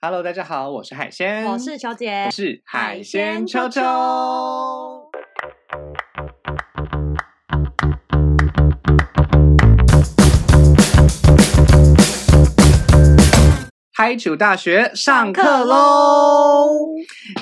Hello，大家好，我是海鲜，我是小姐我，是海鲜秋秋秋。秋。嗨，九大学上课喽！喽！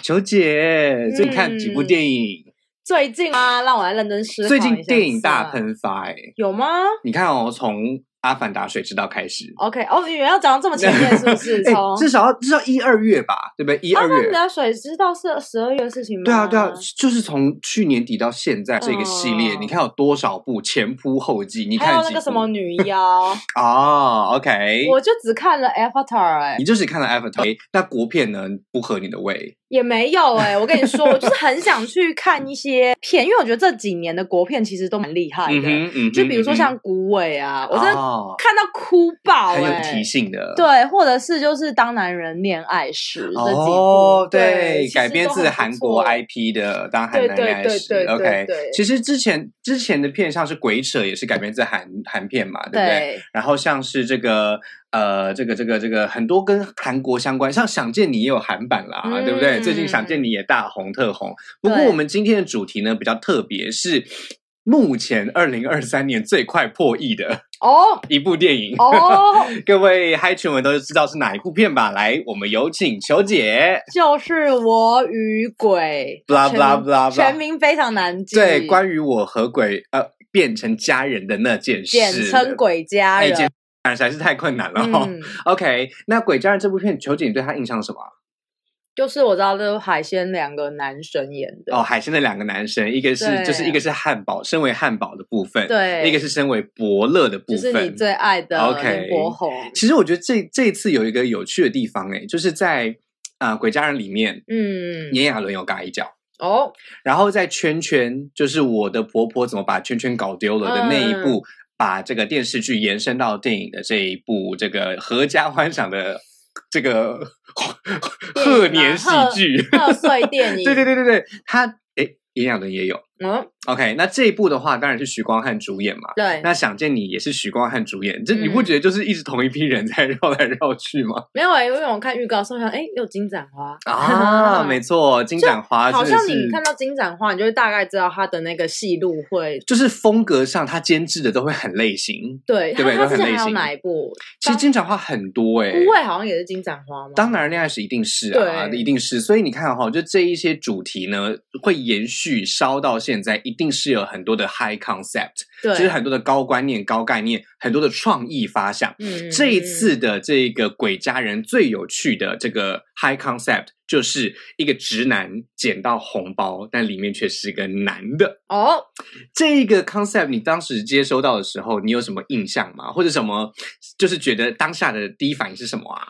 球姐最近看几部嗯电影？最近啊，让我来认真思考最一近下电影大是吧喷发哎、欸！有吗你看哦，从《阿凡达》水之道开始， ？OK，哦，你们要讲到这么前 面是不是？哎、从啊至少要至少一二月吧，对不对？一阿二曼月，达水知道是十二月的事情吗？对啊，对啊，就是从去年底到现在这个系列，嗯你看有多少部前仆后继？你还有看那几个部？什么女妖，哦，OK，我就只看了 Avatar 哎、你就只看了 Avatar，诶那国片呢不合你的胃也没有 哎、我跟你说，我就是很想去看一些片，因为我觉得这几年的国片其实都蛮厉害的，哼，嗯哼就比如说嗯哼像古伟啊，我真的哦看到哭爆很哎、有提性的，对，或者是就是《当男人恋爱时》这几部，哦，对，其改实编都自很韩不国错 IP 的《当韩对男对恋爱对时对》对，OK 对。其实之前之前的片像是《鬼扯》也是改编自韩韩片嘛，对不对？对，然后像是这个呃，这个这个这个很多跟韩国相关，像《想见你》也有韩版啦，嗯对不对？最近《想见你》也大红特红。不过对我们今天的主题呢比较特别，是目前二零二三年最快破亿的哦一部电影。哦， 各位嗨群们都知道是哪一部片吧？来，我们有请球姐。就是我与鬼 blah 全 blah 名 blah blah 全名非常难记，对，关于我和鬼呃变成家人的那件事，简称鬼家哎，人。简称实在是太困难了、哦。嗯， OK，那《鬼家人》这部片，球姐你对他印象是什么啊？就是我知道，就是海鲜两个男神演的。哦，海鲜的两个男生，一个是对就是一个是汉堡，身为汉堡的部分，对一个是身为伯乐的部就是分。你最爱的 OK 林柏宏，其实我觉得这这次有一个有趣的地方诶，就是在啊、呃鬼家人》里面，嗯，炎亚纶有嘎一脚，哦，然后在《圈圈》，就是我的婆婆怎么把圈圈搞丢了的那嗯一部。把这个电视剧延伸到电影的这一部，这个合家观赏的这个 电影贺吗年喜贺剧，贺岁电影，对对对对对，他诶，炎亚纶也有。嗯， OK，那这一部的话，当然是许光汉主演嘛。对，那《想见你》也是许光汉主演，这你不嗯觉得就是一直同一批人在绕来绕去吗？没有哎、因为我看预告的时候想，哎，有金盏花啊，没错，金盏花好真的像啊是你，看到金盏花，你就会大概知道它的那个戏路会。就是风格上他监制的都会很类型。对，对不对他都他之很前类还有型哪一部？其实金盏花很多诶、不会好像也是金盏花吗？当然，恋爱时一定是啊，对一定是。所以你看哈、就这一些主题呢，会延续烧到现在，一定是有很多的 high concept，对，就是很多的高观念、高概念，很多的创意发想。嗯这一次的这个鬼家人最有趣的这个 high concept，就是一个直男捡到红包，但里面却是个男的。哦，这个 concept 你当时接收到的时候，你有什么印象吗？或者什么，就是觉得当下的第一反应是什么啊？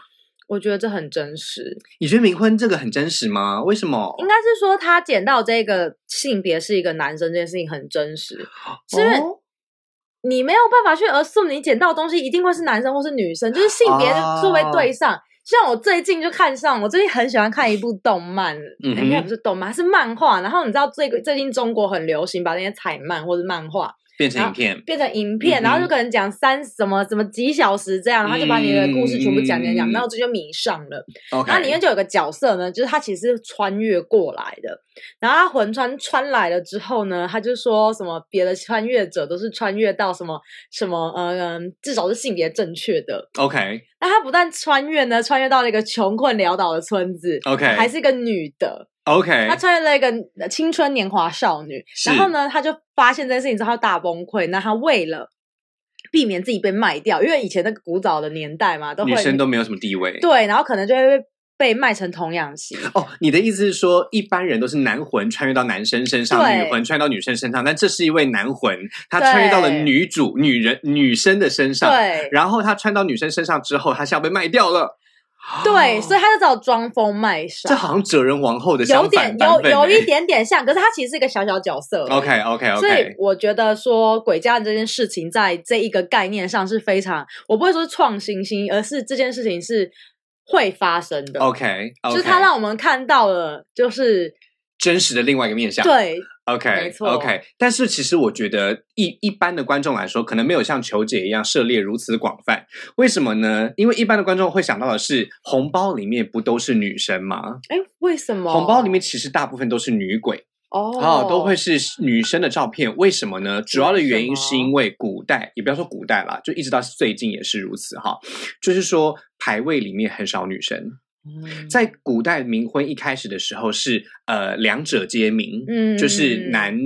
我觉得这很真实，你觉得冥婚这个很真实吗？为什么？哦应该是说他捡到这个性别是一个男生这件事情很真实，是因为哦你没有办法去 assume 你捡到的东西一定会是男生或是女生，就是 性别啊就会被对上。像我最近就看上，我最近很喜欢看一部动漫，嗯哼应该不是动漫，是漫画。然后你知道最最近中国很流行把那些彩漫或者漫画变成影片，变成影片，嗯哼然后就可能讲三什么什么几小时这样，然后就把你的故事全部讲讲嗯讲，然后这就迷上了。 OK，然后里面就有个角色呢，就是他其实是穿越过来的，然后他魂穿穿来了之后呢，他就说什么别的穿越者都是穿越到什么什么呃，嗯至少是性别正确的。 OK 那他不但穿越呢，穿越到了一个穷困潦倒的村子 OK 还是一个女的， OK，她穿越了一个青春年华少女，是然后呢，她就发现这件事情之后她大崩溃，那她为了。避免自己被卖掉，因为以前那个古早的年代嘛，都会女生都没有什么地位。对，然后可能就会被被卖成童养 媳。哦，你的意思是说，一般人都是男魂穿越到男生身上，对女魂穿越到女生身上，但这是一位男魂，他穿越到了对女主、女人、女生的身上，对然后他穿到女生身上之后，他是要被卖掉了。对，哦所以他就只有装疯卖傻这，好像哲人王后的有相点反欸有有一点点点像，可是他其实是一个小小角色而已。 OK OK 所以 OK，我觉得说鬼家人这件事情，在这一个概念上是非常，我不会说是创新性，而是这件事情是会发生的。哦 OK，就是他让我们看到了，就是真实的另外一个面向。对， OK，没错 OK，但是其实我觉得一一般的观众来说，可能没有像球姐一样涉猎如此广泛。为什么呢？因为一般的观众会想到的是，红包里面不都是女生吗？哎，为什么红包里面其实大部分都是女鬼哦哦，都会是女生的照片。为什么呢？主要的原因为什么是因为古代，也不要说古代啦，就一直到最近也是如此哈。就是说，牌位里面很少女生。嗯在古代冥婚一开始的时候是呃两者皆冥，嗯就是男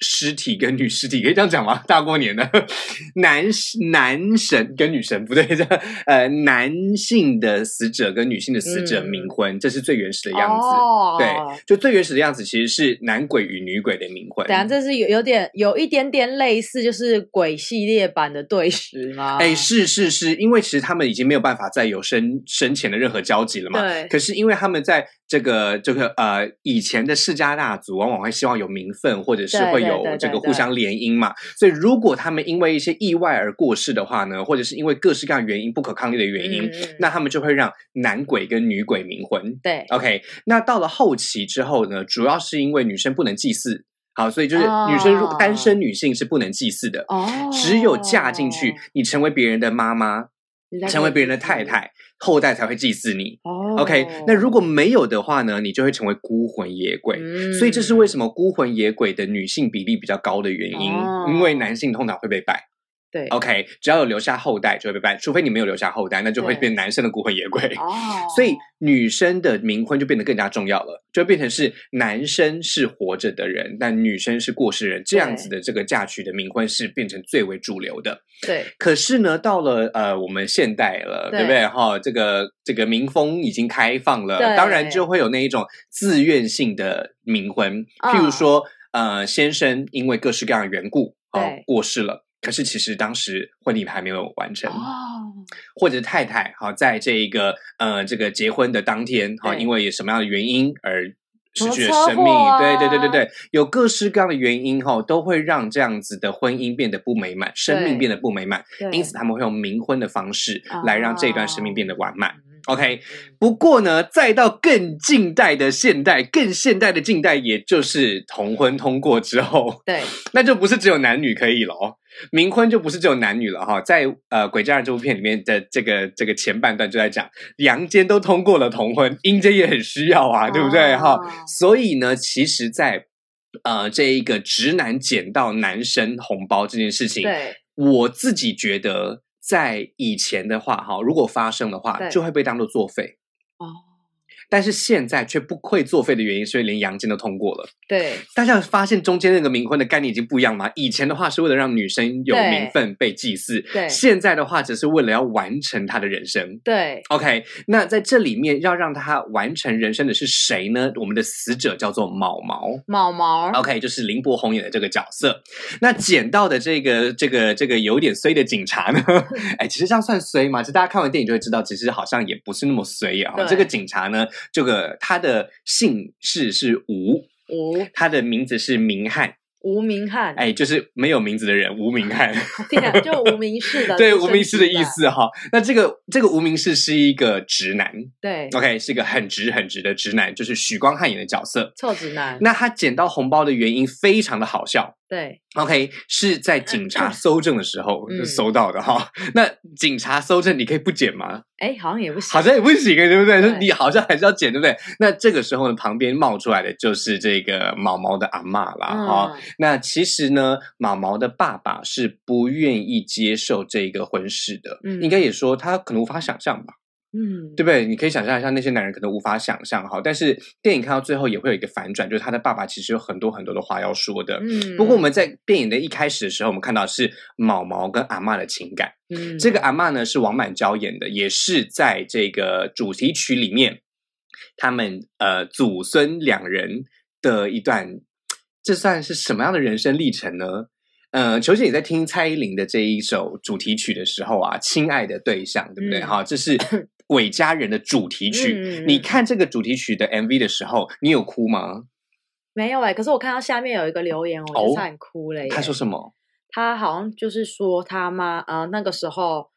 尸体跟女尸体，可以这样讲吗？ 大过年的，男男神跟女神不对，这呃男性的死者跟女性的死者嗯冥婚，这是最原始的样子。哦、对，就最原始的样子其实是男鬼与女鬼的冥婚。等一下这是有有点有一点点类似，就是鬼系列版的对食吗？哎，是是是，因为其实他们已经没有办法再有生生前的任何交集了嘛。对可是因为他们在这个这个呃以前的世家大族，往往会希望有名分，或者是对会对有对这对个对互相联姻嘛。所以如果他们因为一些意外而过世的话呢，或者是因为各式各样原因不可抗力的原因，嗯嗯那他们就会让男鬼跟女鬼冥婚。对 OK，那到了后期之后呢，主要是因为女生不能祭祀，好，所以就是女生如、单身女性是不能祭祀的。哦，只有嫁进去，你成为别人的妈妈，你才嗯可以成为别人的太吃。太，后代才会祭祀你。哦 OK，那如果没有的话呢，你就会成为孤魂野鬼。嗯所以这是为什么孤魂野鬼的女性比例比较高的原因，哦因为男性通常会被拜。对 OK，只要有留下后代就会被拜，除非你没有留下后代，那就会对变男生的孤魂野鬼。哦，所以女生的冥婚就变得更加重要了，就变成是男生是活着的人，但女生是过世人，这样子的这个嫁娶的冥婚是变成最为主流的。对可是呢，到了呃我们现代了，对对不对？哈，这个这个民风已经开放了对，当然就会有那一种自愿性的冥婚，嗯譬如说、呃先生因为各式各样的缘故哦、对过世了。可是其实当时婚礼还没有完成，哦，或者太太哈，在这一个呃这个结婚的当天哈，对因为什么样的原因而失去了什么车生命，祸啊对对对对对，有各式各样的原因哈，都会让这样子的婚姻变得不美满，生命变得不美满，对因此他们会用冥婚的方式来让这段生命变得完满。嗯 OK，不过呢，再到更近代的现代，更现代的近代，也就是同婚通过之后，对 那就不是只有男女可以了哦，冥婚就不是只有男女了哈、在呃《鬼家人》这部片里面的这个这个前半段就在讲，阳间都通过了同婚，阴间也很需要啊，对不对哈、哦所以呢，其实在，呃这一个直男捡到男生红包这件事情，对我自己觉得在以前的话哈，如果发生的话对，就会被当做作废。哦但是现在却不会作废的原因，所以连阳间都通过了。对大家有发现中间那个冥婚的概念已经不一样吗？以前的话是为了让女生有对名分被祭祀，对现在的话只是为了要完成她的人生。对 OK，那在这里面要让她完成人生的是谁呢？我们的死者叫做毛毛。毛毛 OK，就是林柏宏演的这个角色。那捡到的这个这个这个有点衰的警察呢？哎，其实这样算衰吗？其实大家看完电影就会知道，其实好像也不是那么衰呀、对这个警察呢，这个他的姓氏是吴，无他的名字是明翰，无名汉，哎，就是没有名字的人，无名汉。天啊，就无名氏 的对，自无称名氏的自意然，思哈。那这个这个无名氏是一个直男对， ，OK，是一个很直很直的直男，就是许光汉演的角色。臭直男，那他捡到红包的原因非常的好笑。对 OK，是在警察搜证的时候嗯搜到的哈。那警察搜证，你可以不捡吗？哎，好像也不行，好像也不行啊，对不对？对你好像还是要捡，对不对？那这个时候呢，旁边冒出来的就是这个毛毛的阿嬷啦，嗯哈、那其实呢，毛毛的爸爸是不愿意接受这个婚事的，嗯应该也说他可能无法想象吧，嗯，对不对？你可以想象一下，那些男人可能无法想象哈。但是电影看到最后也会有一个反转，就是他的爸爸其实有很多很多的话要说的。嗯，不过我们在电影的一开始的时候，我们看到的是毛毛跟阿嬷的情感。嗯这个阿嬷呢是王满娇演的，也是在这个主题曲里面，他们呃祖孙两人的一段，这算是什么样的人生历程呢？呃，球姐你在听蔡依林的这一首主题曲的时候啊，《亲爱的对象》，对不对？嗯哈、这是《鬼家人》的主题曲。嗯嗯嗯你看这个主题曲的 MV 的时候，你有哭吗？没有哎，可是我看到下面有一个留言，我哦就差点哭了耶，他说什么？他好像就是说他妈呃那个时候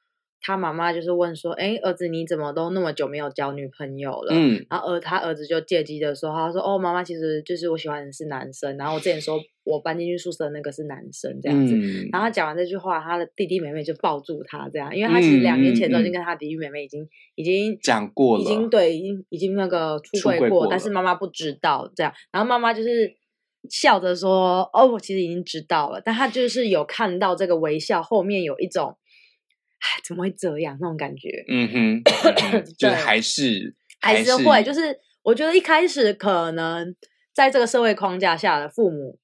他妈妈就是问说：“哎，儿子，你怎么都那么久没有交女朋友了？”嗯，然后儿他儿子就借机的说，他说哦，妈妈其实就是我喜欢的是男生，然后我之前说我搬进去宿舍的那个是男生这样子。嗯然后他讲完这句话，他的弟弟妹妹就抱住他这样，因为他其实两年前都已经嗯嗯跟他弟弟妹妹已经、已经讲过了，已经对，已经已经那个出出柜柜过但是了妈妈不知道这样，然后妈妈就是笑着说：“哦，我其实已经知道了。”但她就是有看到这个微笑后面有一种，哎，怎么会这样那种感觉，嗯哼，嗯 哼就是对还是还是是会就是我觉得一开始可能在这个社会框架下的父母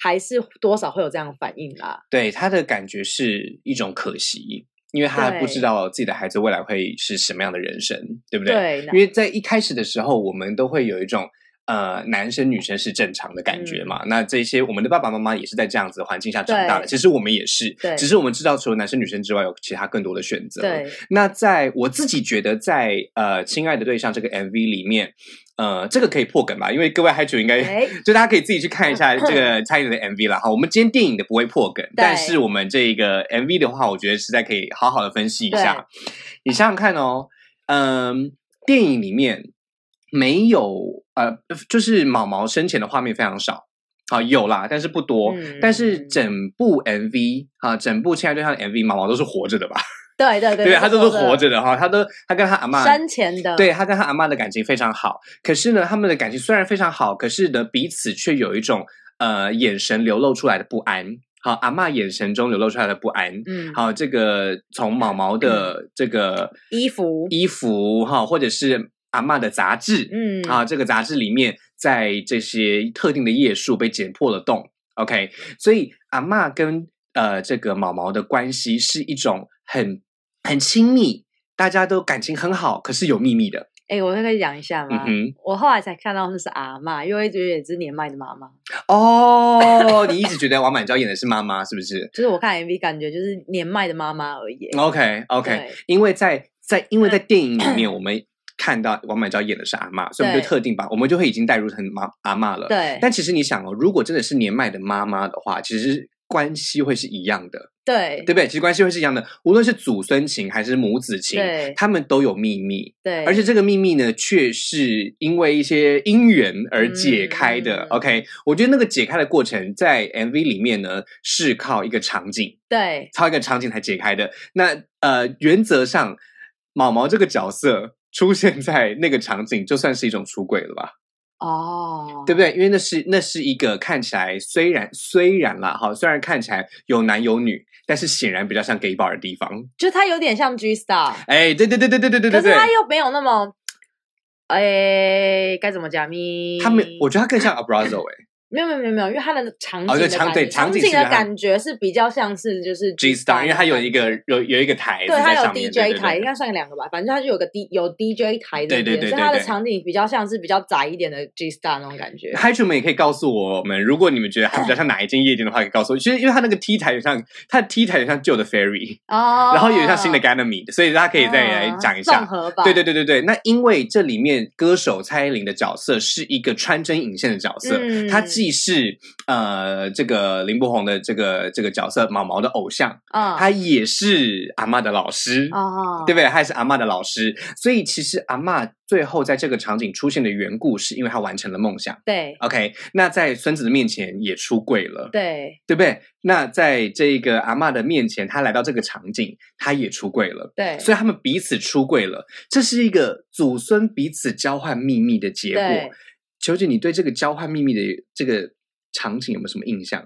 还是多少会有这样的反应啦。对他的感觉是一种可惜，因为他不知对道自己的孩子未来会是什么样的人生，对不对？对因为在一开始的时候，我们都会有一种呃男生女生是正常的感觉嘛。那这些我们的爸爸妈妈也是在这样子的环境下长大的，嗯对其实我们也是对，只是我们知道除了男生女生之外，有其他更多的选择。 对，那在我自己觉得在，呃《亲爱的对象》这个 MV 里面，呃，这个可以破梗吧？因为各位嗨主应该、哎，就大家可以自己去看一嗯下这个蔡依林的 MV 啦。哈。我们今天电影的不会破梗，但是我们这个 MV 的话，我觉得实在可以好好的分析一下。你想想看哦，嗯，电影里面没有呃，就是毛毛生前的画面非常少。啊，有啦，但是不多。嗯但是整部 MV 啊，整部《亲爱对象》的 MV，毛毛都是活着的吧？对对对，对，他都是活活着的哈。他都他跟他阿妈生前的，对他跟他阿妈的感情非常好，可是呢，他们的感情虽然非常好，可是呢，彼此却有一种呃眼神流露出来的不安。好，阿妈眼神中流露出来的不安。嗯，好，这个从毛毛的这个衣服衣服哈，或者是阿妈的杂志，嗯啊，这个杂志里面在这些特定的页数被剪破了洞。OK，所以阿嬷跟呃这个毛毛的关系是一种很很亲密，大家都感情很好，可是有秘密的。哎、我可以讲一下嗯吗？哼，我后来才看到那是阿嬷，因为觉得也是年迈的妈妈。哦， 你一直觉得王满娇演的是妈妈，是不是就是我看 MV 感觉就是年迈的妈妈而已。 ？OK 哦 OK，对嗯因为在在因为在电影里面我们。看到王满娇演的是阿嬷，所以我们就对特定把我们就会已经带入成妈阿嬷了。对但其实你想哦，如果真的是年迈的妈妈的话，其实关系会是一样的，对对不对？其实关系会是一样的，无论是祖孙情还是母子情对，他们都有秘密，对，而且这个秘密呢，却是因为一些因缘而解开的。嗯 OK，我觉得那个解开的过程在 MV 里面呢，是靠一个场景，对靠一个场景才解开的。那呃，原则上，毛毛这个角色。出现在那个场景，就算是一种出轨了吧？哦，对不对？因为那是那是一个看起来虽然虽然啦哈，虽然看起来有男有女，但是显然比较像 gay bar 的地方。就她有点像 G Star，哎，对对对对对对对可对是对，她又没有那么，哎，该怎么讲咪？他们我觉得他更像 abrazo 哎、没有没有没有没有，因为她的场景哦的对感场觉对场景景是的她感觉是比较像是就是 g star，因为他有的一个感觉。有有一个台子对，在他有上面，对 DJ 台，对应对该算两个吧，反正他就有个 D 有 DJ 台在对对那边，对所以对他的对场景比较像是比较窄一点的 G Star 那种感 觉。嗨主们也可以告诉我们，如果你们觉得它比较像哪一间夜店的话，可以告诉我。其实因为它那个 T 台有像，它的 T 台有像旧的 Ferry，、哦，然后有像新的 Ganymede，所以大家可以再来嗯讲一下。综合吧。对对对对对，那因为这里面歌手蔡依林的角色是一个穿针引线的角色，嗯她既是呃这个林柏宏的这个这个角色毛毛的偶像，啊，她也是阿嬷的老师，啊，对不对？她也是阿嬷的老师，所以其实阿嬷最后在这个场景出现的缘故，是因为她完成了梦想。对 OK，那在孙子的面前也出柜了，对对不对？那在这个阿嬷的面前，她来到这个场景，她也出柜了。对，所以他们彼此出柜了，这是一个祖孙彼此交换秘密的结对果。求姐，你对这个交换秘密的这个场景有没有什么印象？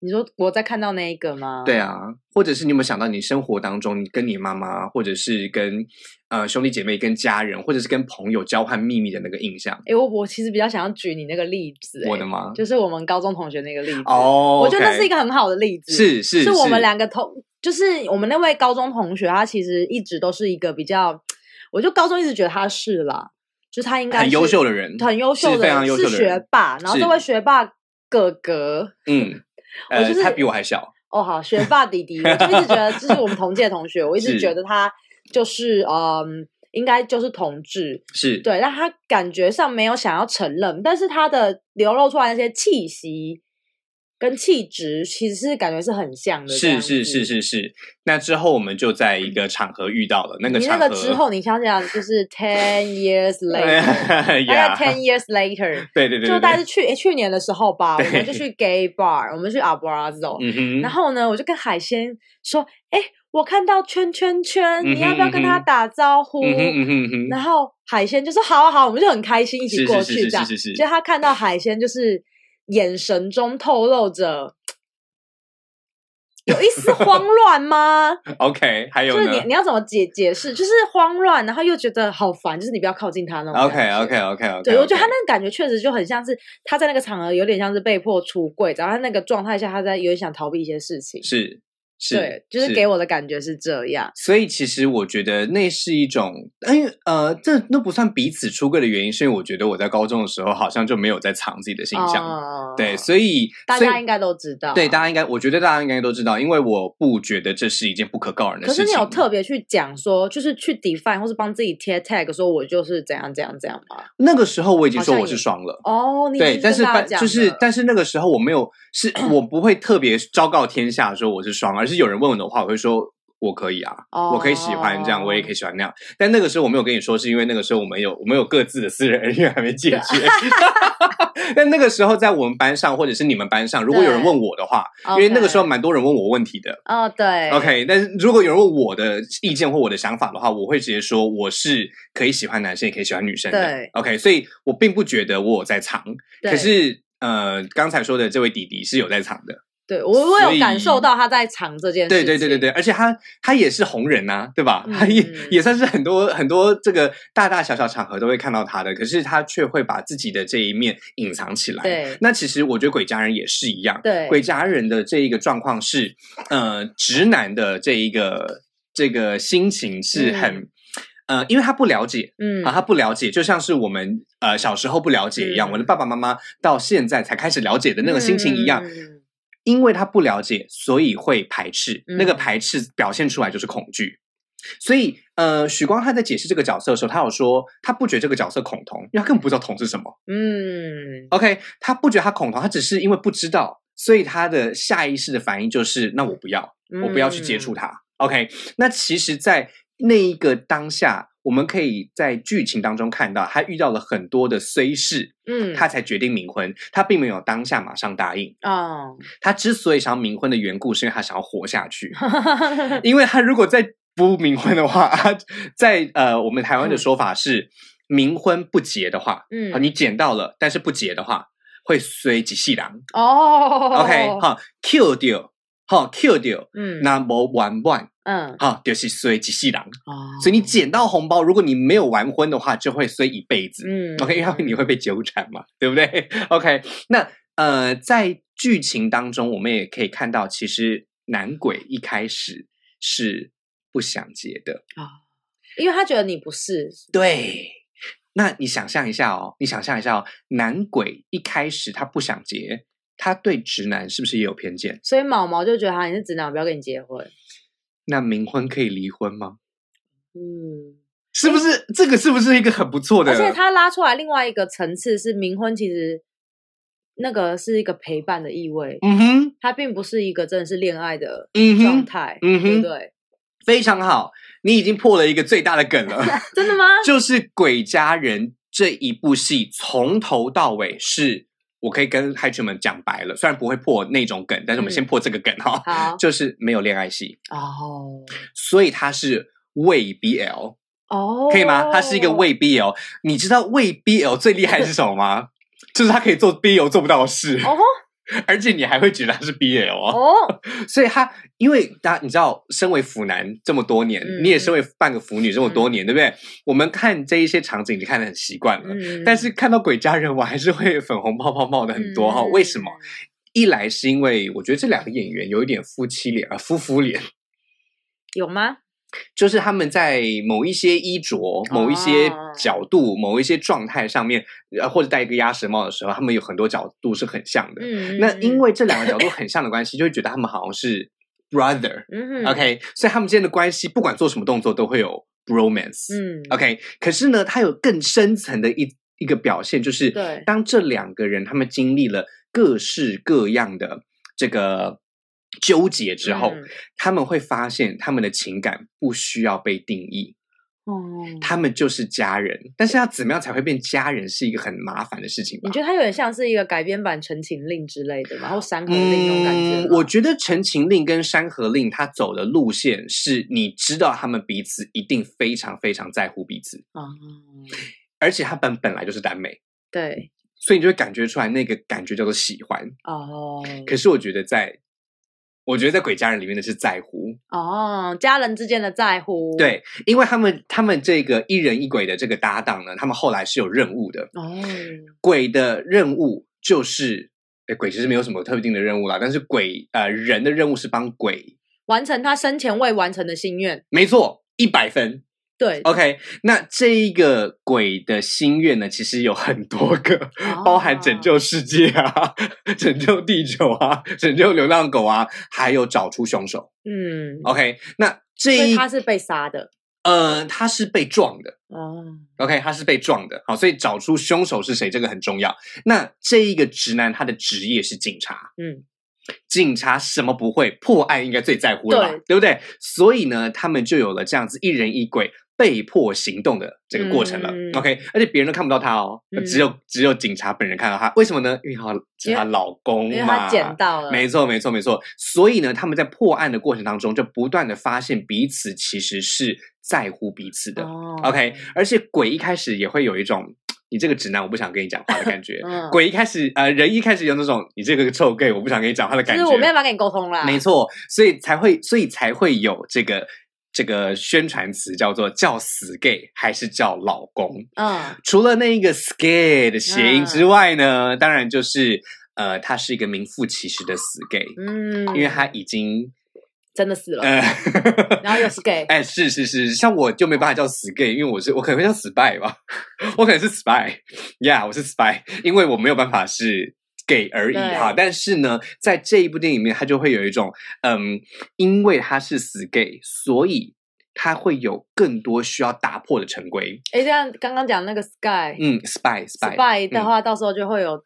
你说我在看到那一个吗？对啊，或者是你有没有想到你生活当中，你跟你妈妈，或者是跟呃兄弟姐妹、跟家人，或者是跟朋友交换秘密的那个印象？诶，我我其实比较想要举你那个例子、诶我的吗？就是我们高中同学那个例子。哦，我觉得那 OK 是一个很好的例子，是是是我们两个同，就是我们那位高中同学，他其实一直都是一个比较，我就高中一直觉得他是啦，就是他应该很优是秀的人，很优秀是的非人，常优秀是的人学。霸，然后是这位学霸哥哥，嗯，我呃就，是他比我还小。哦，好，学霸弟弟，我就一直觉得，就是我们同届同学，我一直是觉得他就是嗯，应该就是同志，是，对，但他感觉上没有想要承认，但是他的流露出来那些气息，跟气质其实是感觉是很像的。是是是。是是。那之后我们就在一个场合遇到了，那个你场那个合 哎之后，你想想，就是 ten years later，大概呀 ten years later，对对对对，就大概对是去诶去年的时候吧，我们对 就去 gay bar，我们去 a b r a z o 嗯哼，哦然后呢，我就跟海鲜说：“哎，我看到圈圈圈，你要不要跟嗯哼他嗯哼打招呼？”嗯哼嗯哼嗯哼，然后海鲜就说：“好啊好啊，我们就很开心，一起是过是去是这样。”是是是，就是他看到海鲜，就是眼神中透露着有一丝慌乱吗？ OK，还有就是你呢你要怎么解解释？就是慌乱，然后又觉得好烦，就是你不要靠近他那种感，OK 觉。 OK OK OK，对我觉得他那个感觉确实就很像是他在那个场合有点像是被迫出柜，然后他那个状态下他在有点想逃避一些事情。是是，对，就是给我的感觉是这样。所以其实我觉得那是一种，因为呃，这那不算彼此出柜的原因，是因为我觉得我在高中的时候好像就没有在藏自己的形象，嗯对，所以大所以家应该都知道。对大家应该，我觉得大家应该都知道，因为我不觉得这是一件不可告人的可事是情。你有特别去讲说，就是去 define 或是帮自己贴 tag，说我就是怎样怎样怎样吗？那个时候我已经好说像我是也双了。哦，你已对，经但是跟大但家讲就是了，但是那个时候我没有，是我不会特别昭告天下说我是双，而是有人问我的话，我会说我可以啊，哦我可以喜欢这样，我也可以喜欢那样。但那个时候我没有跟你说，是因为那个时候我们有我们有各自的私人恩怨还没解决。啊 但那个时候在我们班上，或者是你们班上，如果有人问我的话，因为那个时候 OK 蛮多人问我问题的。哦，对 OK，但是如果有人问我的意见或我的想法的话，我会直接说我是可以喜欢男生，也可以喜欢女生的对。 OK，所以我并不觉得我有在藏，对可是呃，刚才说的这位弟弟是有在场的，对我我有所以感受到他在藏这件事对情，对对对对，而且他他也是红人呐、对吧？嗯他也也算是很多很多这个大大小小场合都会看到他的，可是他却会把自己的这一面隐藏起来。对那其实我觉得鬼家人也是一样，对鬼家人的这一个状况是，呃，直男的这一个这个心情是很。呃，因为他不了解，嗯啊，他不了解，就像是我们呃小时候不了解一样，嗯我的爸爸妈妈到现在才开始了解的那个心情一样，嗯因为他不了解，所以会排斥。嗯那个排斥表现出来就是恐惧。所以，呃，许光汉在解释这个角色的时候，他有说他不觉得这个角色恐同，因为他根本不知道同是什么。嗯， OK，他不觉得他恐同，他只是因为不知道，所以他的下意识的反应就是那我不要，我不要去接触他，它。OK，那其实，在那一个当下，我们可以在剧情当中看到，他遇到了很多的虽事，嗯，他才决定冥婚，他并没有当下马上答应。啊，他之所以想要冥婚的缘故，是因为他想要活下去。因为他如果再不冥婚的话， 他在呃我们台湾的说法是，冥婚不结的话，啊 嗯，你捡到了，但是不结的话，会随几细狼。哦 OK，，好，kill 掉，好 kill 掉，嗯，那么玩完，嗯，好就是随几细狼。哦所以你捡到红包，如果你没有完婚的话，就会随一辈子。嗯 OK，因为你会被纠缠嘛，对不对？OK，那呃，在剧情当中，我们也可以看到，其实男鬼一开始是不想结的。因为他觉得你不是，对，那你想象一下哦，你想象一下哦，男鬼一开始他不想结，他对直男是不是也有偏见？所以毛毛就觉得他你是直男，我不要跟你结婚。那冥婚可以离婚吗？嗯，是不是这个是不是一个很不错的？而且他拉出来另外一个层次是冥婚，其实那个是一个陪伴的意味，嗯哼，它并不是一个真的是恋爱的嗯状哼，态，嗯对哼不对？非常好，你已经破了一个最大的梗了。 真的吗？就是《鬼家人》这一部戏从头到尾是，我可以跟嗨群们讲白了，虽然不会破那种梗，但是我们嗯先破这个梗哈、 好，就是没有恋爱戏，哦所以它是为 BL，哦，可以吗？它是一个为 BL，你知道为 BL 最厉害是什么 吗？就是它可以做 BL 做不到的事，哦而且你还会觉得它是 BL 哦。哦，所以他，因为大家你知道，身为腐男这么多年，嗯你也身为半个腐女这么多年，对不对？我们看这一些场景，你看得很习惯了。嗯 但是看到鬼家人，我还是会粉红泡泡冒的很多哈、嗯为什么？？一来是因为我觉得这两个演员有一点夫妻脸啊，呃夫妇脸，有吗？就是他们在某一些衣着、某一些哦角度、某一些状态上面，呃，或者戴一个鸭舌帽的时候，他们有很多角度是很像的。嗯，那因嗯为这两个角度很像的关系，就会觉得他们好像 是 brother，嗯哼 OK，所以他们之间的关系，不管做什么动作都会有 bromance。嗯 OK，可是呢，它有更深层的一一个表现，就是对当这两个人他们经历了各式各样的这个纠结之后，嗯他们会发现他们的情感不需要被定义，哦，他们就是家人。但是要怎么样才会变家人，是一个很麻烦的事情吧你觉？得它有点像是一个改编版《陈情令》之类的嘛，或《山河令》那种感觉吗？嗯我觉得《陈情令》跟《山河令》它走的路线是，你知道他们彼此一定非常非常在乎彼此，啊，而且他们本来就是耽美，对，所以你就会感觉出来那个感觉叫做喜欢。哦，可是我觉得在，我觉得在《鬼家人》里面的是在乎，哦，家人之间的在乎，，对，因为他们他们这个一人一鬼的这个搭档呢，他们后来是有任务的，哦，鬼的任务就是。诶鬼其实没有什么特定的任务啦，但是鬼呃人的任务是帮鬼，完成他生前未完成的心愿，没错，一百分，对， OK，那这一个鬼的心愿呢，其实有很多个，哦包含拯救世界啊、 拯救地球啊、拯救流浪狗啊，还有找出凶手。嗯， OK，那所这以一他是被杀的，呃，他是被撞的。哦， OK，他是被撞的。好，所以找出凶手是谁，这个很重要。那这一个直男，他的职业是警察。嗯，警察什么不会，破案应该最在乎了吧，对对不对？所以呢，他们就有了这样子一人一鬼被迫行动的这个过程了。嗯 OK，而且别人都看不到他哦，嗯只有只有警察本人看到他。为什么呢？因为他是她老公因为嘛他。捡到了，没错，没错，没错。所以呢，他们在破案的过程当中，就不断的发现彼此其实是在乎彼此的。哦 OK，而且鬼一开始也会有一种你这个直男，我不想跟你讲话的感觉。嗯，鬼一开始，呃，人一开始有那种你这个臭 gay，我不想跟你讲话的就感是觉。我没办法跟你沟通啦，没错，所以才会，所以才会有这个这个宣传词叫做叫死 gay 还是叫老公。嗯，除了那一个 “scare” 的谐音之外呢，当然就是呃，他是一个名副其实的死 gay，、嗯，因为他已经真的死了，呃，然后又是 gay，哎，是是是，像我就没办法叫死 gay，因为我是我可能会叫 spy 吧，我可能是 spy，yeah，我是 spy，因为我没有办法是 gay 而已对哈。但是呢，在这一部电影里面，它就会有一种，嗯，因为他是死 gay，所以他会有更多需要打破的陈规。哎，这样刚刚讲那个 sky 嗯，spy spy，, spy 的嗯话，到时候就会有。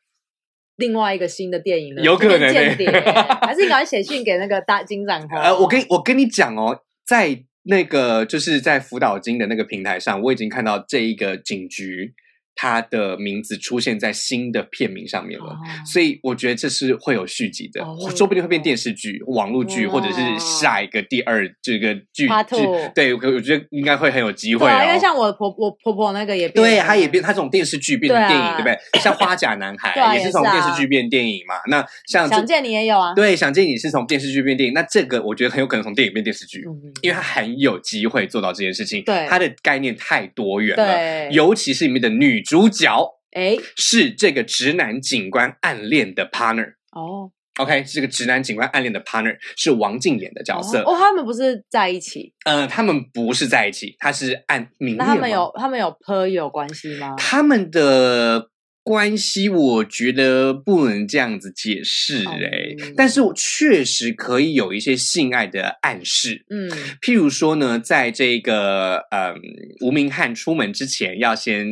另外一个新的电影了，有可能就是间欸谍，还是你赶快写信给那个大金展 宏。呃，我跟我跟你讲哦，在那个就是在辅导金的那个平台上，我已经看到这一个警局它的名字出现在新的片名上面了。哦所以我觉得这是会有续集的，哦说不定会变电视剧、网络剧，或者是下一个第二这个剧 Part 剧 two。对，我我觉得应该会很有机会、对哦啊，因为像我婆我婆婆那个也变对，了它也变，它从电视剧变成对啊电影，对不对？像《花甲男孩》 对啊也也是是从啊电视剧变电影嘛。那像这想见你也有啊。对，想见你是从电视剧变电影，那这个我觉得很有可能从电影变电视剧，嗯，因为它很有机会做到这件事情。对它的概念太多元了，对，尤其是里面的女主角哎是这个直男警官暗恋的 partner。哦 OK，是这个直男警官暗恋的 partner 是王静演的角色，哦，他们不是在一起，呃，他们不是在一起，他是暗明那恋他们吗有他们有 per 有关系吗？他们的关系，我觉得不能这样子解释哦诶、但是我确实可以有一些性爱的暗示。 嗯，譬如说呢，在这个嗯无名汉出门之前，要先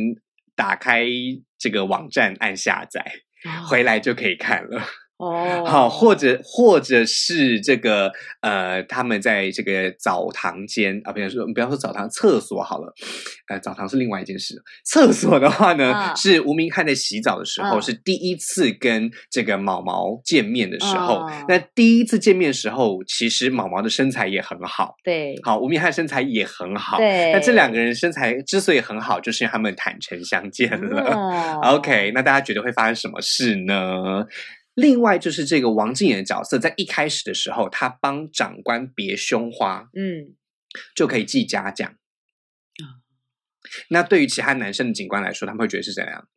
打开这个网站按下载，回来就可以看了。哦，好，或者或者是这个呃，他们在这个澡堂间啊，不要说不要说澡堂，厕所好了，呃，澡堂是另外一件事。厕所的话呢，嗯是吴明翰在洗澡的时候，嗯是第一次跟这个毛毛见面的时候。嗯那第一次见面的时候，其实毛毛的身材也很好，对好，吴明翰身材也很好。对，那这两个人身材之所以很好，就是因为他们坦诚相见了。哦 OK，那大家觉得会发生什么事呢？另外就是这个王静妍的角色，在一开始的时候，她帮长官别胸花嗯，就可以记嘉奖。那对于其他男生的警官来说，他们会觉得是怎样？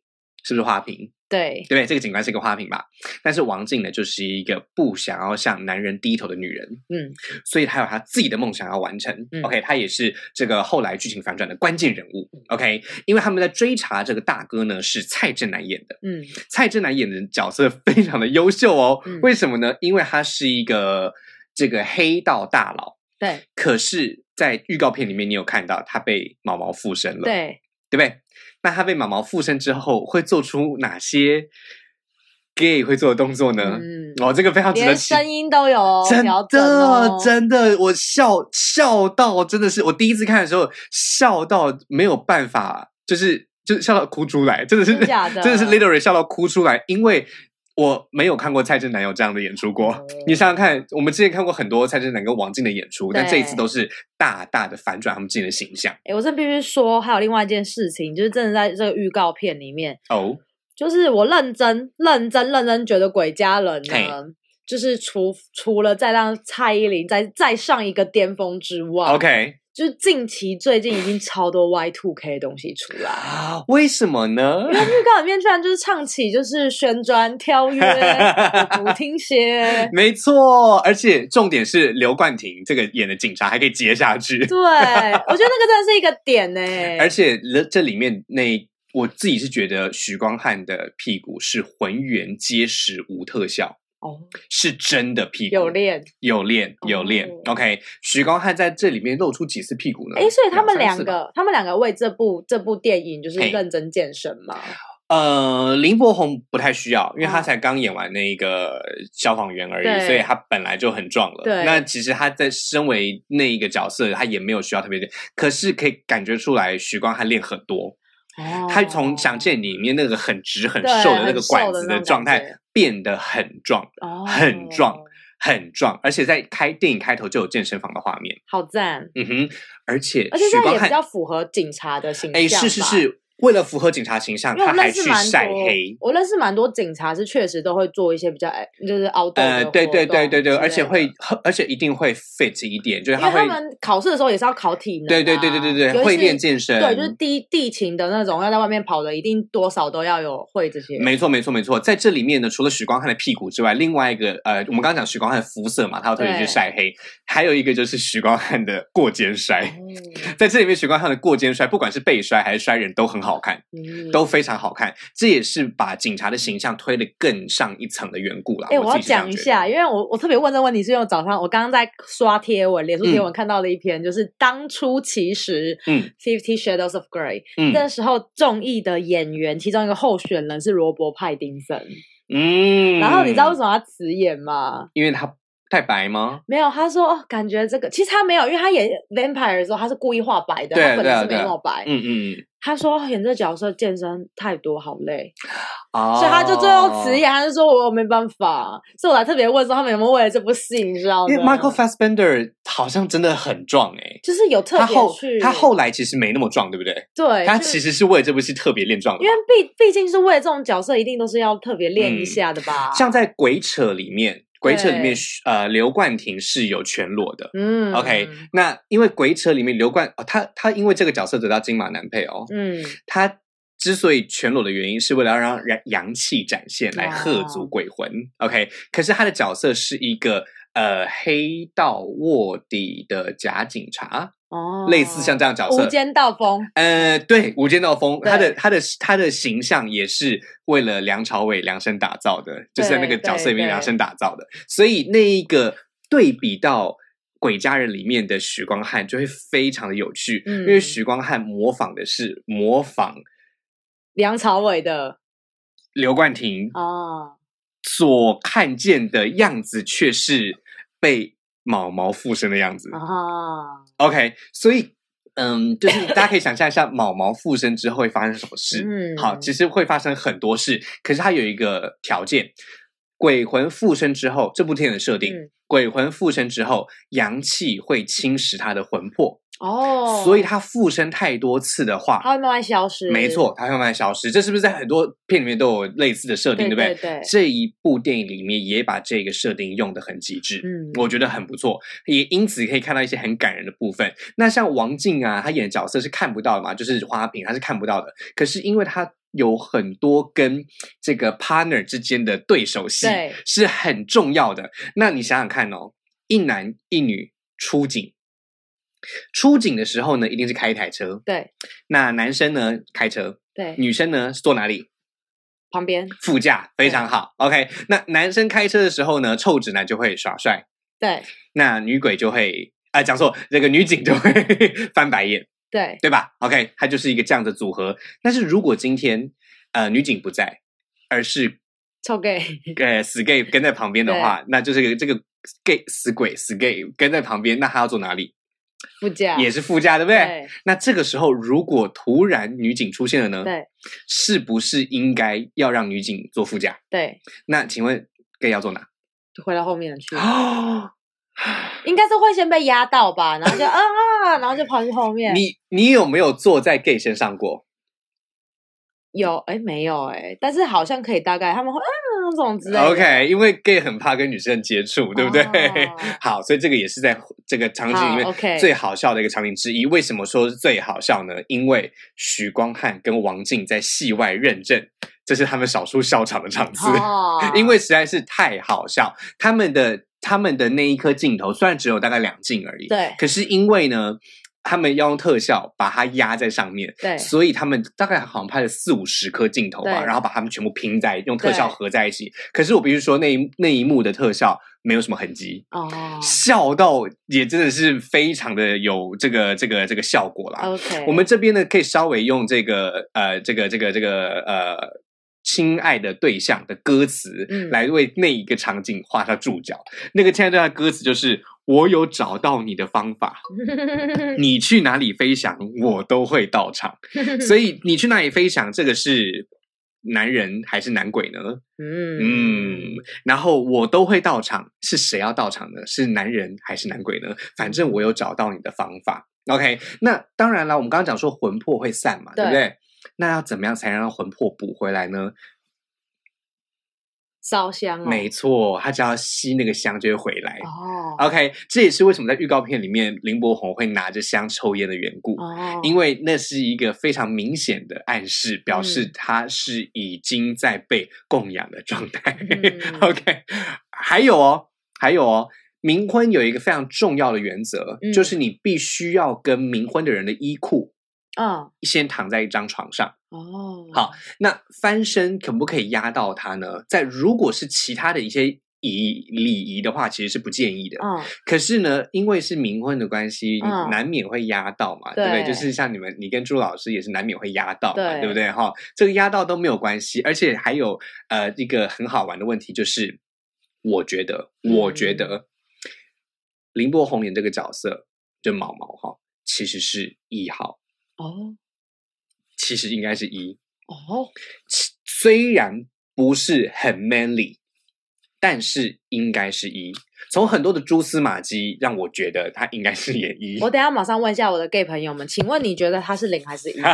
是不是花瓶？对对，不对？这个警官是一个花瓶吧？但是王静呢，就是一个不想要向男人低头的女人，嗯，所以她有她自己的梦想要完成。嗯 OK，她也是这个后来剧情反转的关键人物。OK，因为他们在追查这个大哥呢，是蔡正南演的。嗯，蔡正南演的角色非常的优秀哦。嗯为什么呢？因为他是一个这个黑道大佬，对可是，在预告片里面你有看到他被毛毛附身了，对，对不对？那他被毛毛附身之后会做出哪些 gay 会做的动作呢？嗯，哦，这个非常值得连期声音都有哦，真调整的哦，真的，我笑笑到真的是，我第一次看的时候笑到没有办法，就是就是笑到哭出来，真的是真假的 真的是 literally 笑到哭出来，因为。我没有看过蔡振南有这样的演出过，哦你想想看，我们之前看过很多蔡振南跟王静的演出，但这一次对都是大大的反转他们自己的形象哎、我这必须说，还有另外一件事情，就是真的在这个预告片里面，哦。就是我认真、认真、认真觉得鬼家人嘿呢，就是除除了再让蔡依林再再上一个巅峰之外 OK，就是近期最近已经超多 Y Two K 的东西出来。啊，为什么呢？ 预告里面居然就是唱起就是旋转跳跃 舞厅鞋，没错，而且重点是刘冠廷这个演的警察还可以接下去，对我觉得那个真的是一个点 呢、而且这这里面那我自己是觉得许光汉的屁股是浑圆结实无特效，哦，是真的屁股，有练有练有练。哦 OK，许光汉在这里面露出几次屁股呢？哎，所以他们两三两次吧个，他们两个为这部这部电影就是嘿认真健身嘛。呃，林柏宏不太需要，因为他哦才刚演完那个消防员而已，对所以他本来就很壮了。对那其实他在身为那一个角色，他也没有需要特别练，可是可以感觉出来许光汉练很多。哦他从《想见你》里面那个很直很对瘦的那很个管瘦的子那的种状感态觉变得很壮，哦很壮，很壮，而且在开电影开头就有健身房的画面，好赞！嗯哼，而且而且许这样光也比汉，较符合警察的形象。哎，是是。是，为了符合警察形象，因为他我还认识去蛮晒多黑，。我认识蛮多警察是确实都会做一些比较哎就是凹动呃，的活动之对类的。对对对对，而且会，而且一定会 fit 一点，就是因为会他，们考试的时候也是要考体能啊。对对对对对对，尤其会是练健身，对，就是地地勤的那种，要在外面跑的，一定多少都要有会这些。没错，没错，没错。在这里面呢，除了许光汉的屁股之外，另外一个呃，我们刚刚讲许光汉的肤色嘛，他要特别去对晒黑，还有一个就是许光汉的过肩摔。哦在这里面，许光汉的过肩摔，不管是被摔还是摔人都很好看， 嗯都非常好看。这也是把警察的形象推得更上一层的缘故啦。哎、我自要己是这样讲一觉得下，因为我我特别问这个问题，是因为我早上我刚刚在刷贴文，脸书贴文看到了一篇，就是当初其实嗯《Fifty Shadows of Grey、那嗯时候众议的演员其中一个候选人是罗伯·派丁森，嗯，然后你知道为什么他辞演吗？因为他太白吗？没有，他说哦，感觉这个其实他没有，因为他演 vampire 的时候他是故意画白的，对啊他本对啊来是没对啊那么白。嗯嗯嗯，他说哦演这角色健身太多，好累。哦，所以他就最后辞。演，他就说我没办法，所以我来特别问说他们有没有为了这部戏，你知道吗？因为 Michael Fassbender 好像真的很壮哎、就是有特他别后去，他后来其实没那么壮，对不对？对，他就是其实是为了这部戏特别练壮的因嘛。为毕毕竟是为了这种角色，一定都是要特别练一下的吧？嗯像在《鬼扯》里面，《鬼扯》里面对呃，刘冠廷是有全裸的。嗯 OK，那因为《鬼扯》里面刘冠哦，他他因为这个角色得到金马男配哦，嗯，他。之所以全裸的原因，是为了要让阳阳气展现，来喝足哇鬼魂。OK，可是他的角色是一个呃黑道卧底的假警察，哦，类似像这样的角色。无间道风，呃，对，《无间道风》他的对他的他的形象也是为了梁朝伟量身打造的，就是在那个对角色里面对量身打造的，所以那一个对比到《鬼家人》里面的许光汉就会非常的有趣，嗯因为许光汉模仿的是模仿梁朝伟的刘冠廷哦，所看见的样子，却是被毛毛附身的样子。啊， OK，所以嗯，就是大家可以想象一下，毛毛附身之后会发生什么事。嗯好，其实会发生很多事，可是它有一个条件：鬼魂附身之后，这部电影的设定，嗯鬼魂附身之后，阳气会侵蚀他的魂魄，哦，所以他附身太多次的话，他会慢慢消失，没错，，它会慢慢消失。这是不是在很多片里面都有类似的设定，对对不对对这一部电影里面也把这个设定用的很极致，嗯我觉得很不错，也因此可以看到一些很感人的部分。那像王静啊，她演的角色是看不到的嘛，就是花瓶，她是看不到的。可是因为她有很多跟这个 partner 之间的对手戏对是很重要的。那你想想看哦，一男一女出警，出警的时候呢，一定是开一台车，对那男生呢开车，对，女生呢是坐哪里？旁边副驾，非常好。OK，那男生开车的时候呢，臭直男就会耍帅，对那女鬼就会啊、讲错，这个女警就会 翻白眼，对对吧？OK，它就是一个这样的组合。但是如果今天呃女警不在，而是臭 gay，呃死 gay 跟在旁边的话，那就是个这个 gay 死鬼死 gay 跟在旁边，那他要坐哪里？副驾也是副驾，对不对？对那这个时候如果突然女警出现了呢？对是不是应该要让女警坐副驾？对，那请问 gay 要坐哪？就回到后面去，哦，应该是会先被压到吧，然后就啊啊，然后就跑去后面。你你有没有坐在 gay 身上过？有哎没有哎，但是好像可以大概他们会啊这种之类的。 OK，因为 gay 很怕跟女生接触，对不 对？哦好，所以这个也是在这个场景里好面，OK 最好笑的一个场景之一。为什么说是最好笑呢？因为许光汉跟王静在戏外认证，这是他们少数笑场的场次，哦 因为实在是太好笑。他们的他们的那一颗镜头虽然只有大概两镜而已，对可是因为呢。他们要用特效把它压在上面，对所以他们大概好像拍了四五十颗镜头吧，对然后把它们全部拼在用特效对合在一起。可是我必须说，那一那一幕的特效没有什么痕迹，哦笑到也真的是非常的有这个这个这个效果啦。 ，OK，我们这边呢，可以稍微用这个呃，这个这个这个呃。亲爱的对象的歌词，嗯来为那一个场景画上注脚。那个亲爱的对象的歌词就是“我有找到你的方法，嗯你去哪里飞翔，我都会到场。”嗯所以你去哪里飞翔，这个是男人还是男鬼呢？ 嗯嗯，然后我都会到场，是谁要到场呢？是男人还是男鬼呢？反正我有找到你的方法。OK，那当然了，我们刚刚讲说魂魄会散嘛，对不对对？那要怎么样才能让魂魄补回来呢？烧香哦，没啊错，他只要吸那个香就会回来。哦 OK，这也是为什么在预告片里面林柏宏会拿着香抽烟的缘故。哦，因为那是一个非常明显的暗示，表嗯示他是已经在被供养的状态。嗯 OK，还有哦，还有哦，冥婚有一个非常重要的原则，嗯就是你必须要跟冥婚的人的衣裤嗯先躺在一张床上。哦好那翻身可不可以压到他呢？在如果是其他的一些仪礼仪的话，其实是不建议的。嗯可是呢，因为是冥婚的关系，嗯难免会压到嘛，对不对？就对是像你们，你跟朱老师也是难免会压到嘛，对对不对？哈，这个压到都没有关系，而且还有呃一个很好玩的问题，就是我觉得，我觉嗯得、林柏宏演这个角色，就毛毛哈，其实是一号，哦其实应该是一，哦其虽然不是很 manly，但是应该是一。从很多的蛛丝马迹，让我觉得他应该是演一。我等一下马上问一下我的 gay 朋友们，请问你觉得他是零还是一？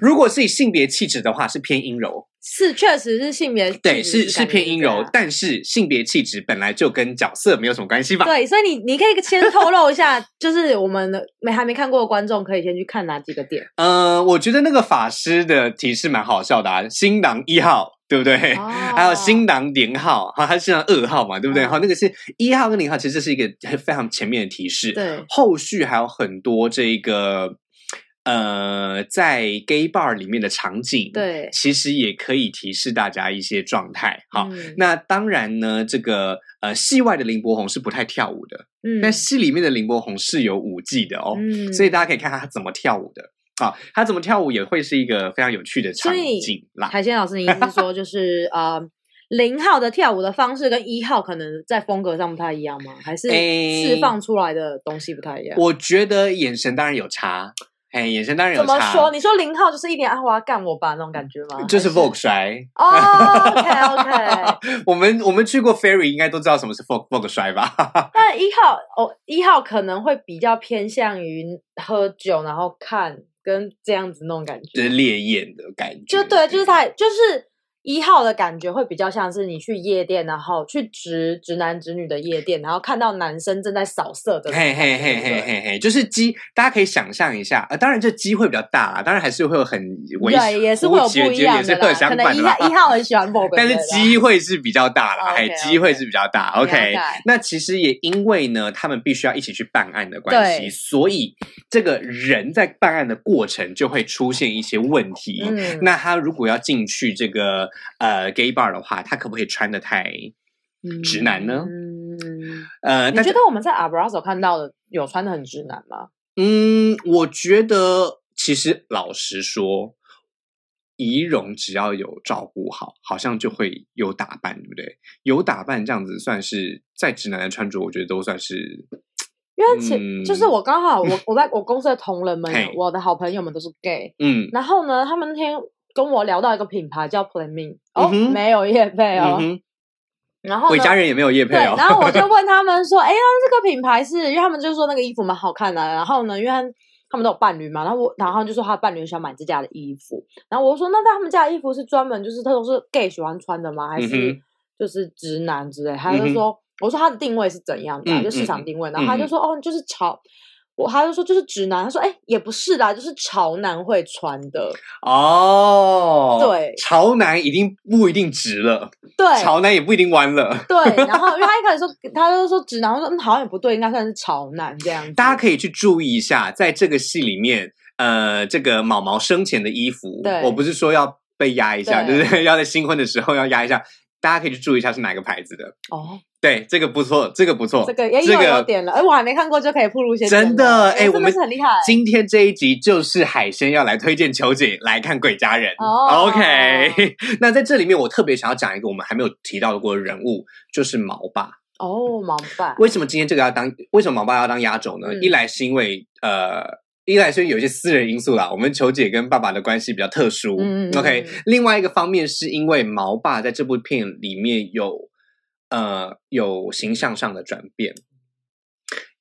如果是以性别气质的话，是偏阴柔，是，确实是性别对，气质是是感觉啊偏阴柔这。样但是性别气质本来就跟角色没有什么关系吧？对，所以你你可以先透露 一下，就是我们的没还没看过的观众可以先去看哪几个点。呃，我觉得那个法师的提示蛮好笑的啊，新郎一号，对不对？还还有新郎零号，哈，还有新郎二号嘛，对不对？嗯好、那个是一号跟零号，其实这是一个非常前面的提示。对后续还有很多这个呃，在 gay bar 里面的场景，，对，其实也可以提示大家一些状态。好，嗯那当然呢，这个呃，戏外的林柏宏是不太跳舞的，嗯但戏里面的林柏宏是有舞技的哦，嗯所以大家可以看他怎么跳舞的。啊，他怎么跳舞也会是一个非常有趣的场所以景啦。海鲜老师，你意思是说就是呃，零号的跳舞的方式跟一号可能在风格上不太一样吗？还是诶释放出来的东西不太一样？我觉得眼神当然有差，哎，眼神当然有怎么差。嗯说？你说零号就是一脸阿华干我吧那种感觉吗？就是还 Vogue 摔。哦，OK OK，我们我们去过 Ferry，应该都知道什么是 Vogue Vogue 摔吧？ 那一号哦，一号可能会比较偏向于喝酒，然后看跟这样子那种感就是觉，烈焰的感觉。就对，就是他就是一号的感觉会比较像是你去夜店，然后去直直男直女的夜店，然后看到男生正在扫射的那嘿种感觉，嘿嘿对嘿不对嘿嘿，就是鸡，大家可以想象一下，呃，当然这鸡会比较大啦，当然还是会有很危险，对，也是会有不一样也是的会有啦，相可反能的一啦号。一 号很喜欢 b o 但是机会是比较大啦， OK，哎，机会是比较大。了解 OK，那其实也因为呢，他们必须要一起去办案的关系，对所以这个人在办案的过程就会出现一些问题。嗯那他如果要进去这个呃 gay bar 的话，他可不可以穿的太直男呢嗯，呃？你大觉家得我们在 Abrazo 看到的有穿的很直男吗？嗯，我觉得其实老实说，仪容只要有照顾好，好像就会有打扮，对不对？有打扮这样子算是在直男的穿着，我觉得都算是因为其、就是嗯我刚好我我在我公司的同仁们嘿，我的好朋友们都是 gay，嗯然后呢，他们那天跟我聊到一个品牌叫 Play Me，嗯哦，哼没有夜配哦嗯，哼，然后回呢家人也没有夜配对，哦，然后我 就问他们说：“哎、那这个品牌是？”因为他们就说那个衣服蛮好看的。啊然后呢，因为他们他们都有伴侣嘛，然后我，然后他们就说他的伴侣喜欢买这家的衣服。然后我就说：“那他们家的衣服是专门就是他都是 gay 喜欢穿的吗？还嗯是就是直男之类？”他嗯就哼说：“我说他的定位是怎样的啊、嗯就嗯市嗯场定位。然后他嗯嗯就说：“哦，就是潮。”我他就说就是直男，他说哎、也不是啦，就是潮男会穿的，哦，对潮男一定不一定直了，对，潮男也不一定弯 了。对。然后因为他一开始说他就说直男，我说嗯好像也不对，应该算是潮男这样子。大家可以去注意一下，在这个戏里面，呃，这个毛毛生前的衣服对，我不是说要被压一下，就对是 要在新婚的时候要压一下，大家可以去注意一下是哪个牌子的。哦，对，这个不错，这个不错，这个也哦这有有个点了，哎，我还没看过就可以铺路先真的，哎，我真的们是很厉害。今天这一集就是海鲜要来推荐球姐来看《鬼家人》哦 OK，那 在这里面，我特别想要讲一个我们还没有提到过的人物，就是毛爸。哦，毛爸，为什么今天这个要当？为什么毛爸要当压轴呢？嗯一来是因为呃。一来是因为有一些私人因素啦，我们球姐跟爸爸的关系比较特殊。嗯嗯嗯 OK，嗯另外一个方面是因为毛爸在这部片里面有呃有形象上的转变。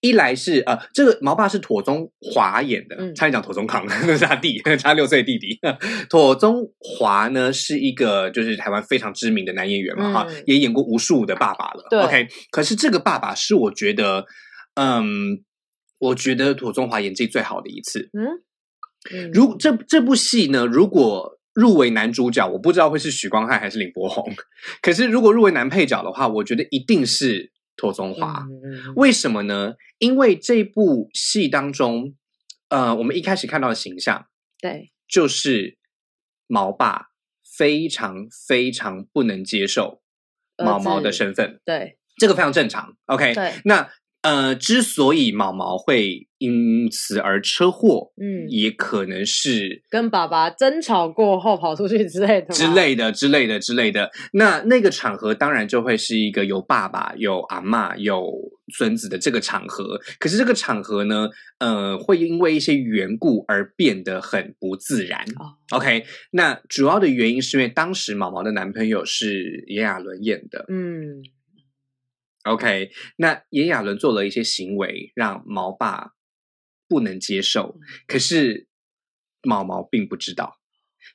一来是呃，这个毛爸是妥宗华演的，嗯差点讲妥宗康， 那是他弟，差六岁弟弟。妥宗华呢是一个就是台湾非常知名的男演员嘛，哈、嗯也演过无数的爸爸了。对 OK，可是这个爸爸是我觉得，嗯，我觉得妥宗华演技最好的一次。嗯，嗯如这这部戏呢，如果入围男主角，我不知道会是许光汉还是林柏宏。可是如果入围男配角的话，我觉得一定是妥宗华。嗯嗯嗯为什么呢？因为这部戏当中，呃，我们一开始看到的形象对，就是毛爸非常非常不能接受儿毛毛的子身份，对这个非常正常。OK，对，那呃，之所以毛毛会因此而车祸，嗯也可能是跟爸爸争吵过后跑出去之类的吗之，类的、之类的、之类的。那那个场合当然就会是一个有爸爸、有阿嬷、有孙子的这个场合。可是这个场合呢，呃，会因为一些缘故而变得很不自然。哦 OK，那主要的原因是因为当时毛毛的男朋友是炎亚纶演的。嗯， OK，那炎亚纶做了一些行为，让毛爸不能接受，嗯可是毛毛并不知道，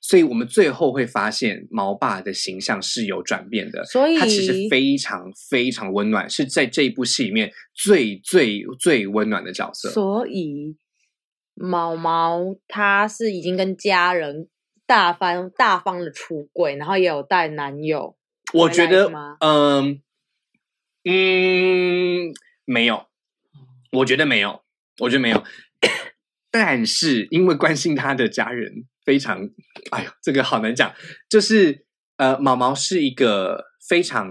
所以我们最后会发现毛爸的形象是有转变的。所以他其实非常非常温暖，是在这一部戏里面最最最温暖的角色。所以毛毛他是已经跟家人大方大方的出轨，然后也有带男友，我觉得 highlight 吗，嗯嗯，没哦有，我觉得没有，我觉得没有。但是因为关心他的家人非常，哎呦，这个好难讲。就是呃，毛毛是一个非常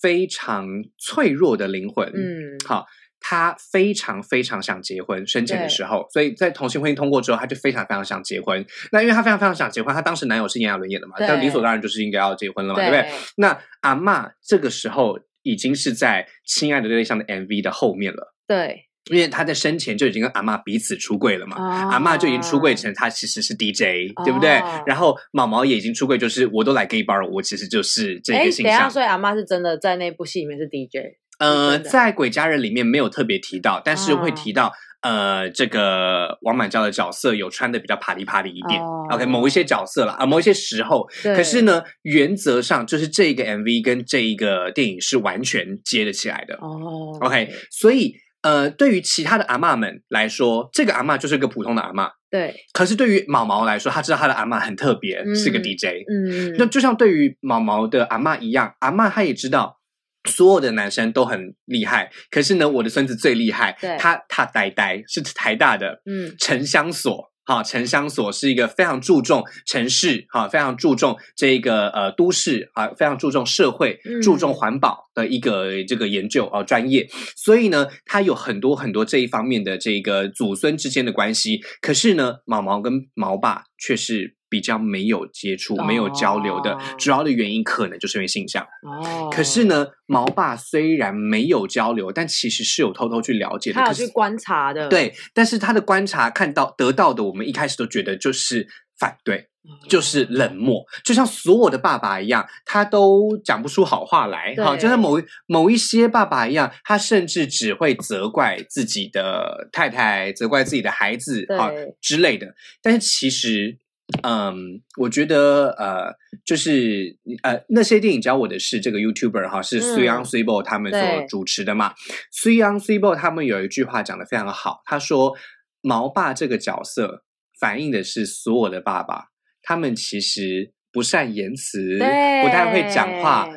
非常脆弱的灵魂，，嗯，好，他非常非常想结婚，生前的对时候，所以在同性婚姻通过之后，他就非常非常想结婚。那因为他非常非常想结婚，他当时男友是炎亚纶演的嘛，对但理所当然就是应该要结婚了嘛，对不对？那阿嬷这个时候已经是在《亲爱的对象》的 MV 的后面了，对，因为他在生前就已经跟阿嬷彼此出柜了嘛。阿阿嬷就已经出柜成她其实是 DJ，、对不对哦？然后毛毛也已经出柜，就是我都来 gay bar，我其实就是这哎，个等形一下，象。所以阿妈是真的在那部戏里面是 DJ，呃，真的在《鬼家人》里面没有特别提到，但是会啊提到、呃，这个王满娇的角色有穿的比较啪里啪里一点、哦 o k 某一些角色啦，啊、某一些时候。对可是呢，原则上就是这个 MV 跟这一个电影是完全接得起来的。哦 OK，所以呃，对于其他的阿嬷们来说，这个阿嬷就是个普通的阿嬷。对，可是对于毛毛来说，他知道他的阿嬷很特别，是个嗯 DJ。嗯，那就像对于毛毛的阿嬷一样，阿嬷她也知道所有的男生都很厉害，可是呢，我的孙子最厉害对，他他呆呆是台大的嗯城乡所。哈，城乡所是一个非常注重城市，哈，非常注重这个呃都市啊，非常注重社会、嗯注重环保的一个这个研究啊、呃专业。所以呢，它有很多很多这一方面的这个祖孙之间的关系。可是呢，毛毛跟毛爸却是比较没有接触、没有交流的哦，主要的原因可能就是因为性向。哦，可是呢，毛爸虽然没有交流，但其实是有偷偷去了解的。他可有是去观察的，，对，但是他的观察看到得到的，我们一开始都觉得就是反对，就是冷漠，就像所有的爸爸一样，他都讲不出好话来。对哈，就像某一某一些爸爸一样，他甚至只会责怪自己的太太，责怪自己的孩子，对哈之类的。但是其实。嗯，我觉得呃，就是呃，那些电影教我的是这个 YouTuber 哈，是苏嗯阳 s u i b o 他们所对主持的嘛。虽然 s i b o 他们有一句话讲得非常好，他说毛爸这个角色反映的是所有的爸爸，他们其实不善言辞，不太会讲话，对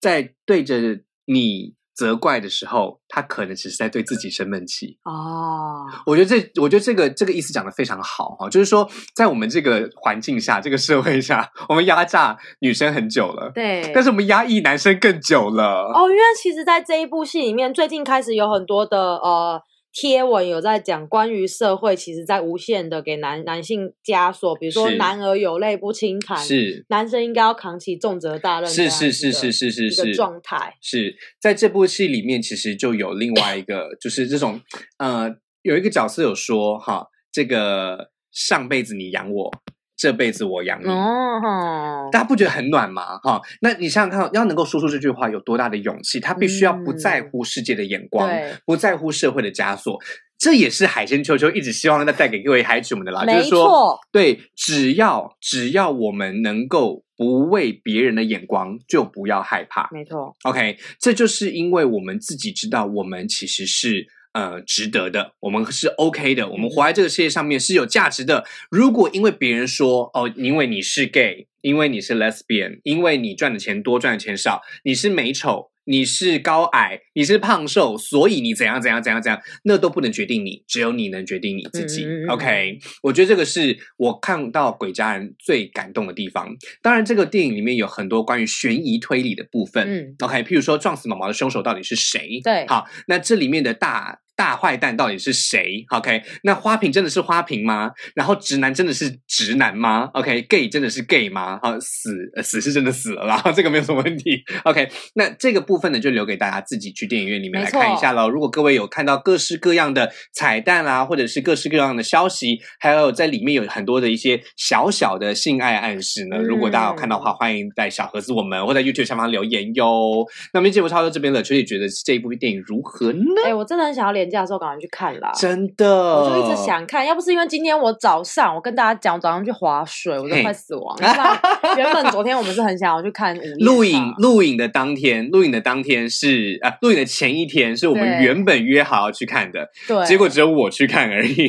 在对着你责怪的时候，他可能只是在对自己生闷气。哦，我觉得这，我觉得这个这个意思讲的非常好哈，就是说在我们这个环境下，这个社会下，我们压榨女生很久了，对，但是我们压抑男生更久了。哦，因为其实，在这一部戏里面，最近开始有很多的呃贴文有在讲关于社会，其实在无限的给男男性枷锁，比如说是男儿有泪不轻弹，是男生应该要扛起重责大任，是是是是是是一个是状态，是在这部戏里面，其实就有另外一个，就是这种呃，有一个角色有说哈，这个上辈子你养我，这辈子我养你。哦，大家不觉得很暖吗？哈、那你想想看，哦要能够说出这句话有多大的勇气？他必须要不在乎世界的眼光，嗯对不在乎社会的枷锁。这也是海鲜球球一直希望带给各位孩子们的啦，就没是说，错，对，只要只要我们能够不为别人的眼光，就不要害怕。没错， OK，这就是因为我们自己知道，我们其实是呃值得的，我们是 OK 的，我嗯们活在这个世界上面是有价值的。如果因为别人说哦，因为你是 gay，因为你是 lesbian，因为你赚的钱多，赚的钱少，你是美丑，你是高矮，你是胖瘦，所以你怎样怎样怎样怎样，那都不能决定你，只有你能决定你自己。嗯嗯嗯 OK，我觉得这个是我看到《鬼家人》最感动的地方。当然，这个电影里面有很多关于悬疑推理的部分。嗯， OK，譬如说撞死毛毛的凶手到底是谁？对好，那这里面的大大坏蛋到底是谁？OK，那花瓶真的是花瓶吗？然后直男真的是直男吗？OK，gay 真的是 gay 吗？好，死呃死是真的死了啦， 这个没有什么问题。OK，那这个部分呢，就留给大家自己去电影院里面没来错看一下喽。如果各位有看到各式各样的彩蛋啦、或者是各式各样的消息，还有在里面有很多的一些小小的性爱暗示呢，如果大家有看到的嗯话，欢迎在小盒子我们或在 YouTube 下方留言哟。那么今天节目差不多到这边了，秋姐觉得这一部电影如何呢？哎、我真的很想要廉价的时候赶快去看啦。真的，我就一哦直想看，要不是因为今天我早上，我跟大家讲，我早上去划水，我都嘿快死亡了。 不然原本昨天我们是很想要去看午夜录场影录影的当天，录影的当天是啊，录影的前一天是我们对原本约好要去看的，对，结果只有我去看而已。因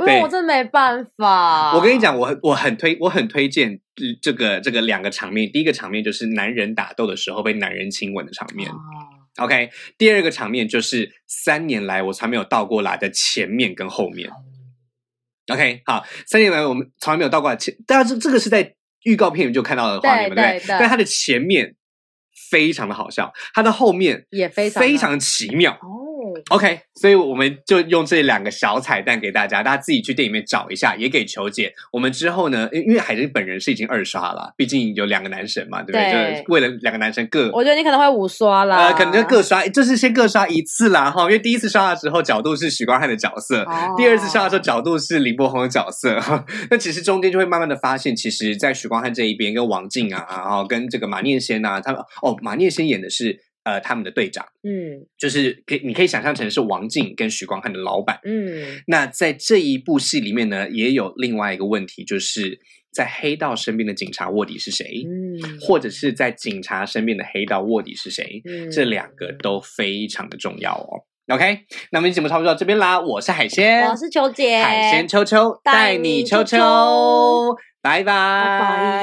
为对我真的没办法。我跟你，讲，我很我很推我很推荐呃这个这个两个场面，第一个场面就是男人打斗的时候被男人亲吻的场面、啊 o k 第二个场面就是三年来我从来没有倒过来的前面跟后面，OK，好，三年来我们从来没有倒过来前，大家这这个是在预告片里面就看到的画面嘛，对不对对对但它的前面非常的好笑，它的后面也非常非常奇妙。哦， OK，所以我们就用这两个小彩蛋给大家，大家自己去店里面找一下，也给球姐。我们之后呢，因因为海珍本人是已经二刷了，毕竟有两个男神嘛，对不对？对就是为了两个男神各。我觉得你可能会五刷啦，呃，可能就各刷，就是先各刷一次啦哈，因为第一次刷的时候角度是许光汉的角色，哦第二次上的时候角度是林柏宏的角色，那其实中间就会慢慢的发现，其实，在许光汉这一边跟王静啊，然后跟这个马念先啊，他们哦，马念先演的是呃他们的队长，嗯就是可以你可以想象成是王静跟许光汉的老板。嗯，那在这一部戏里面呢，也有另外一个问题，就是在黑道身边的警察卧底是谁，嗯或者是在警察身边的黑道卧底是谁，嗯这两个都非常的重要哦。OK，那么今天节目差不多到这边啦，我是海鲜，我是球姐，海鲜秋秋，带带你你秋秋秋秋，拜拜拜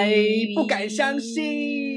拜不敢相信。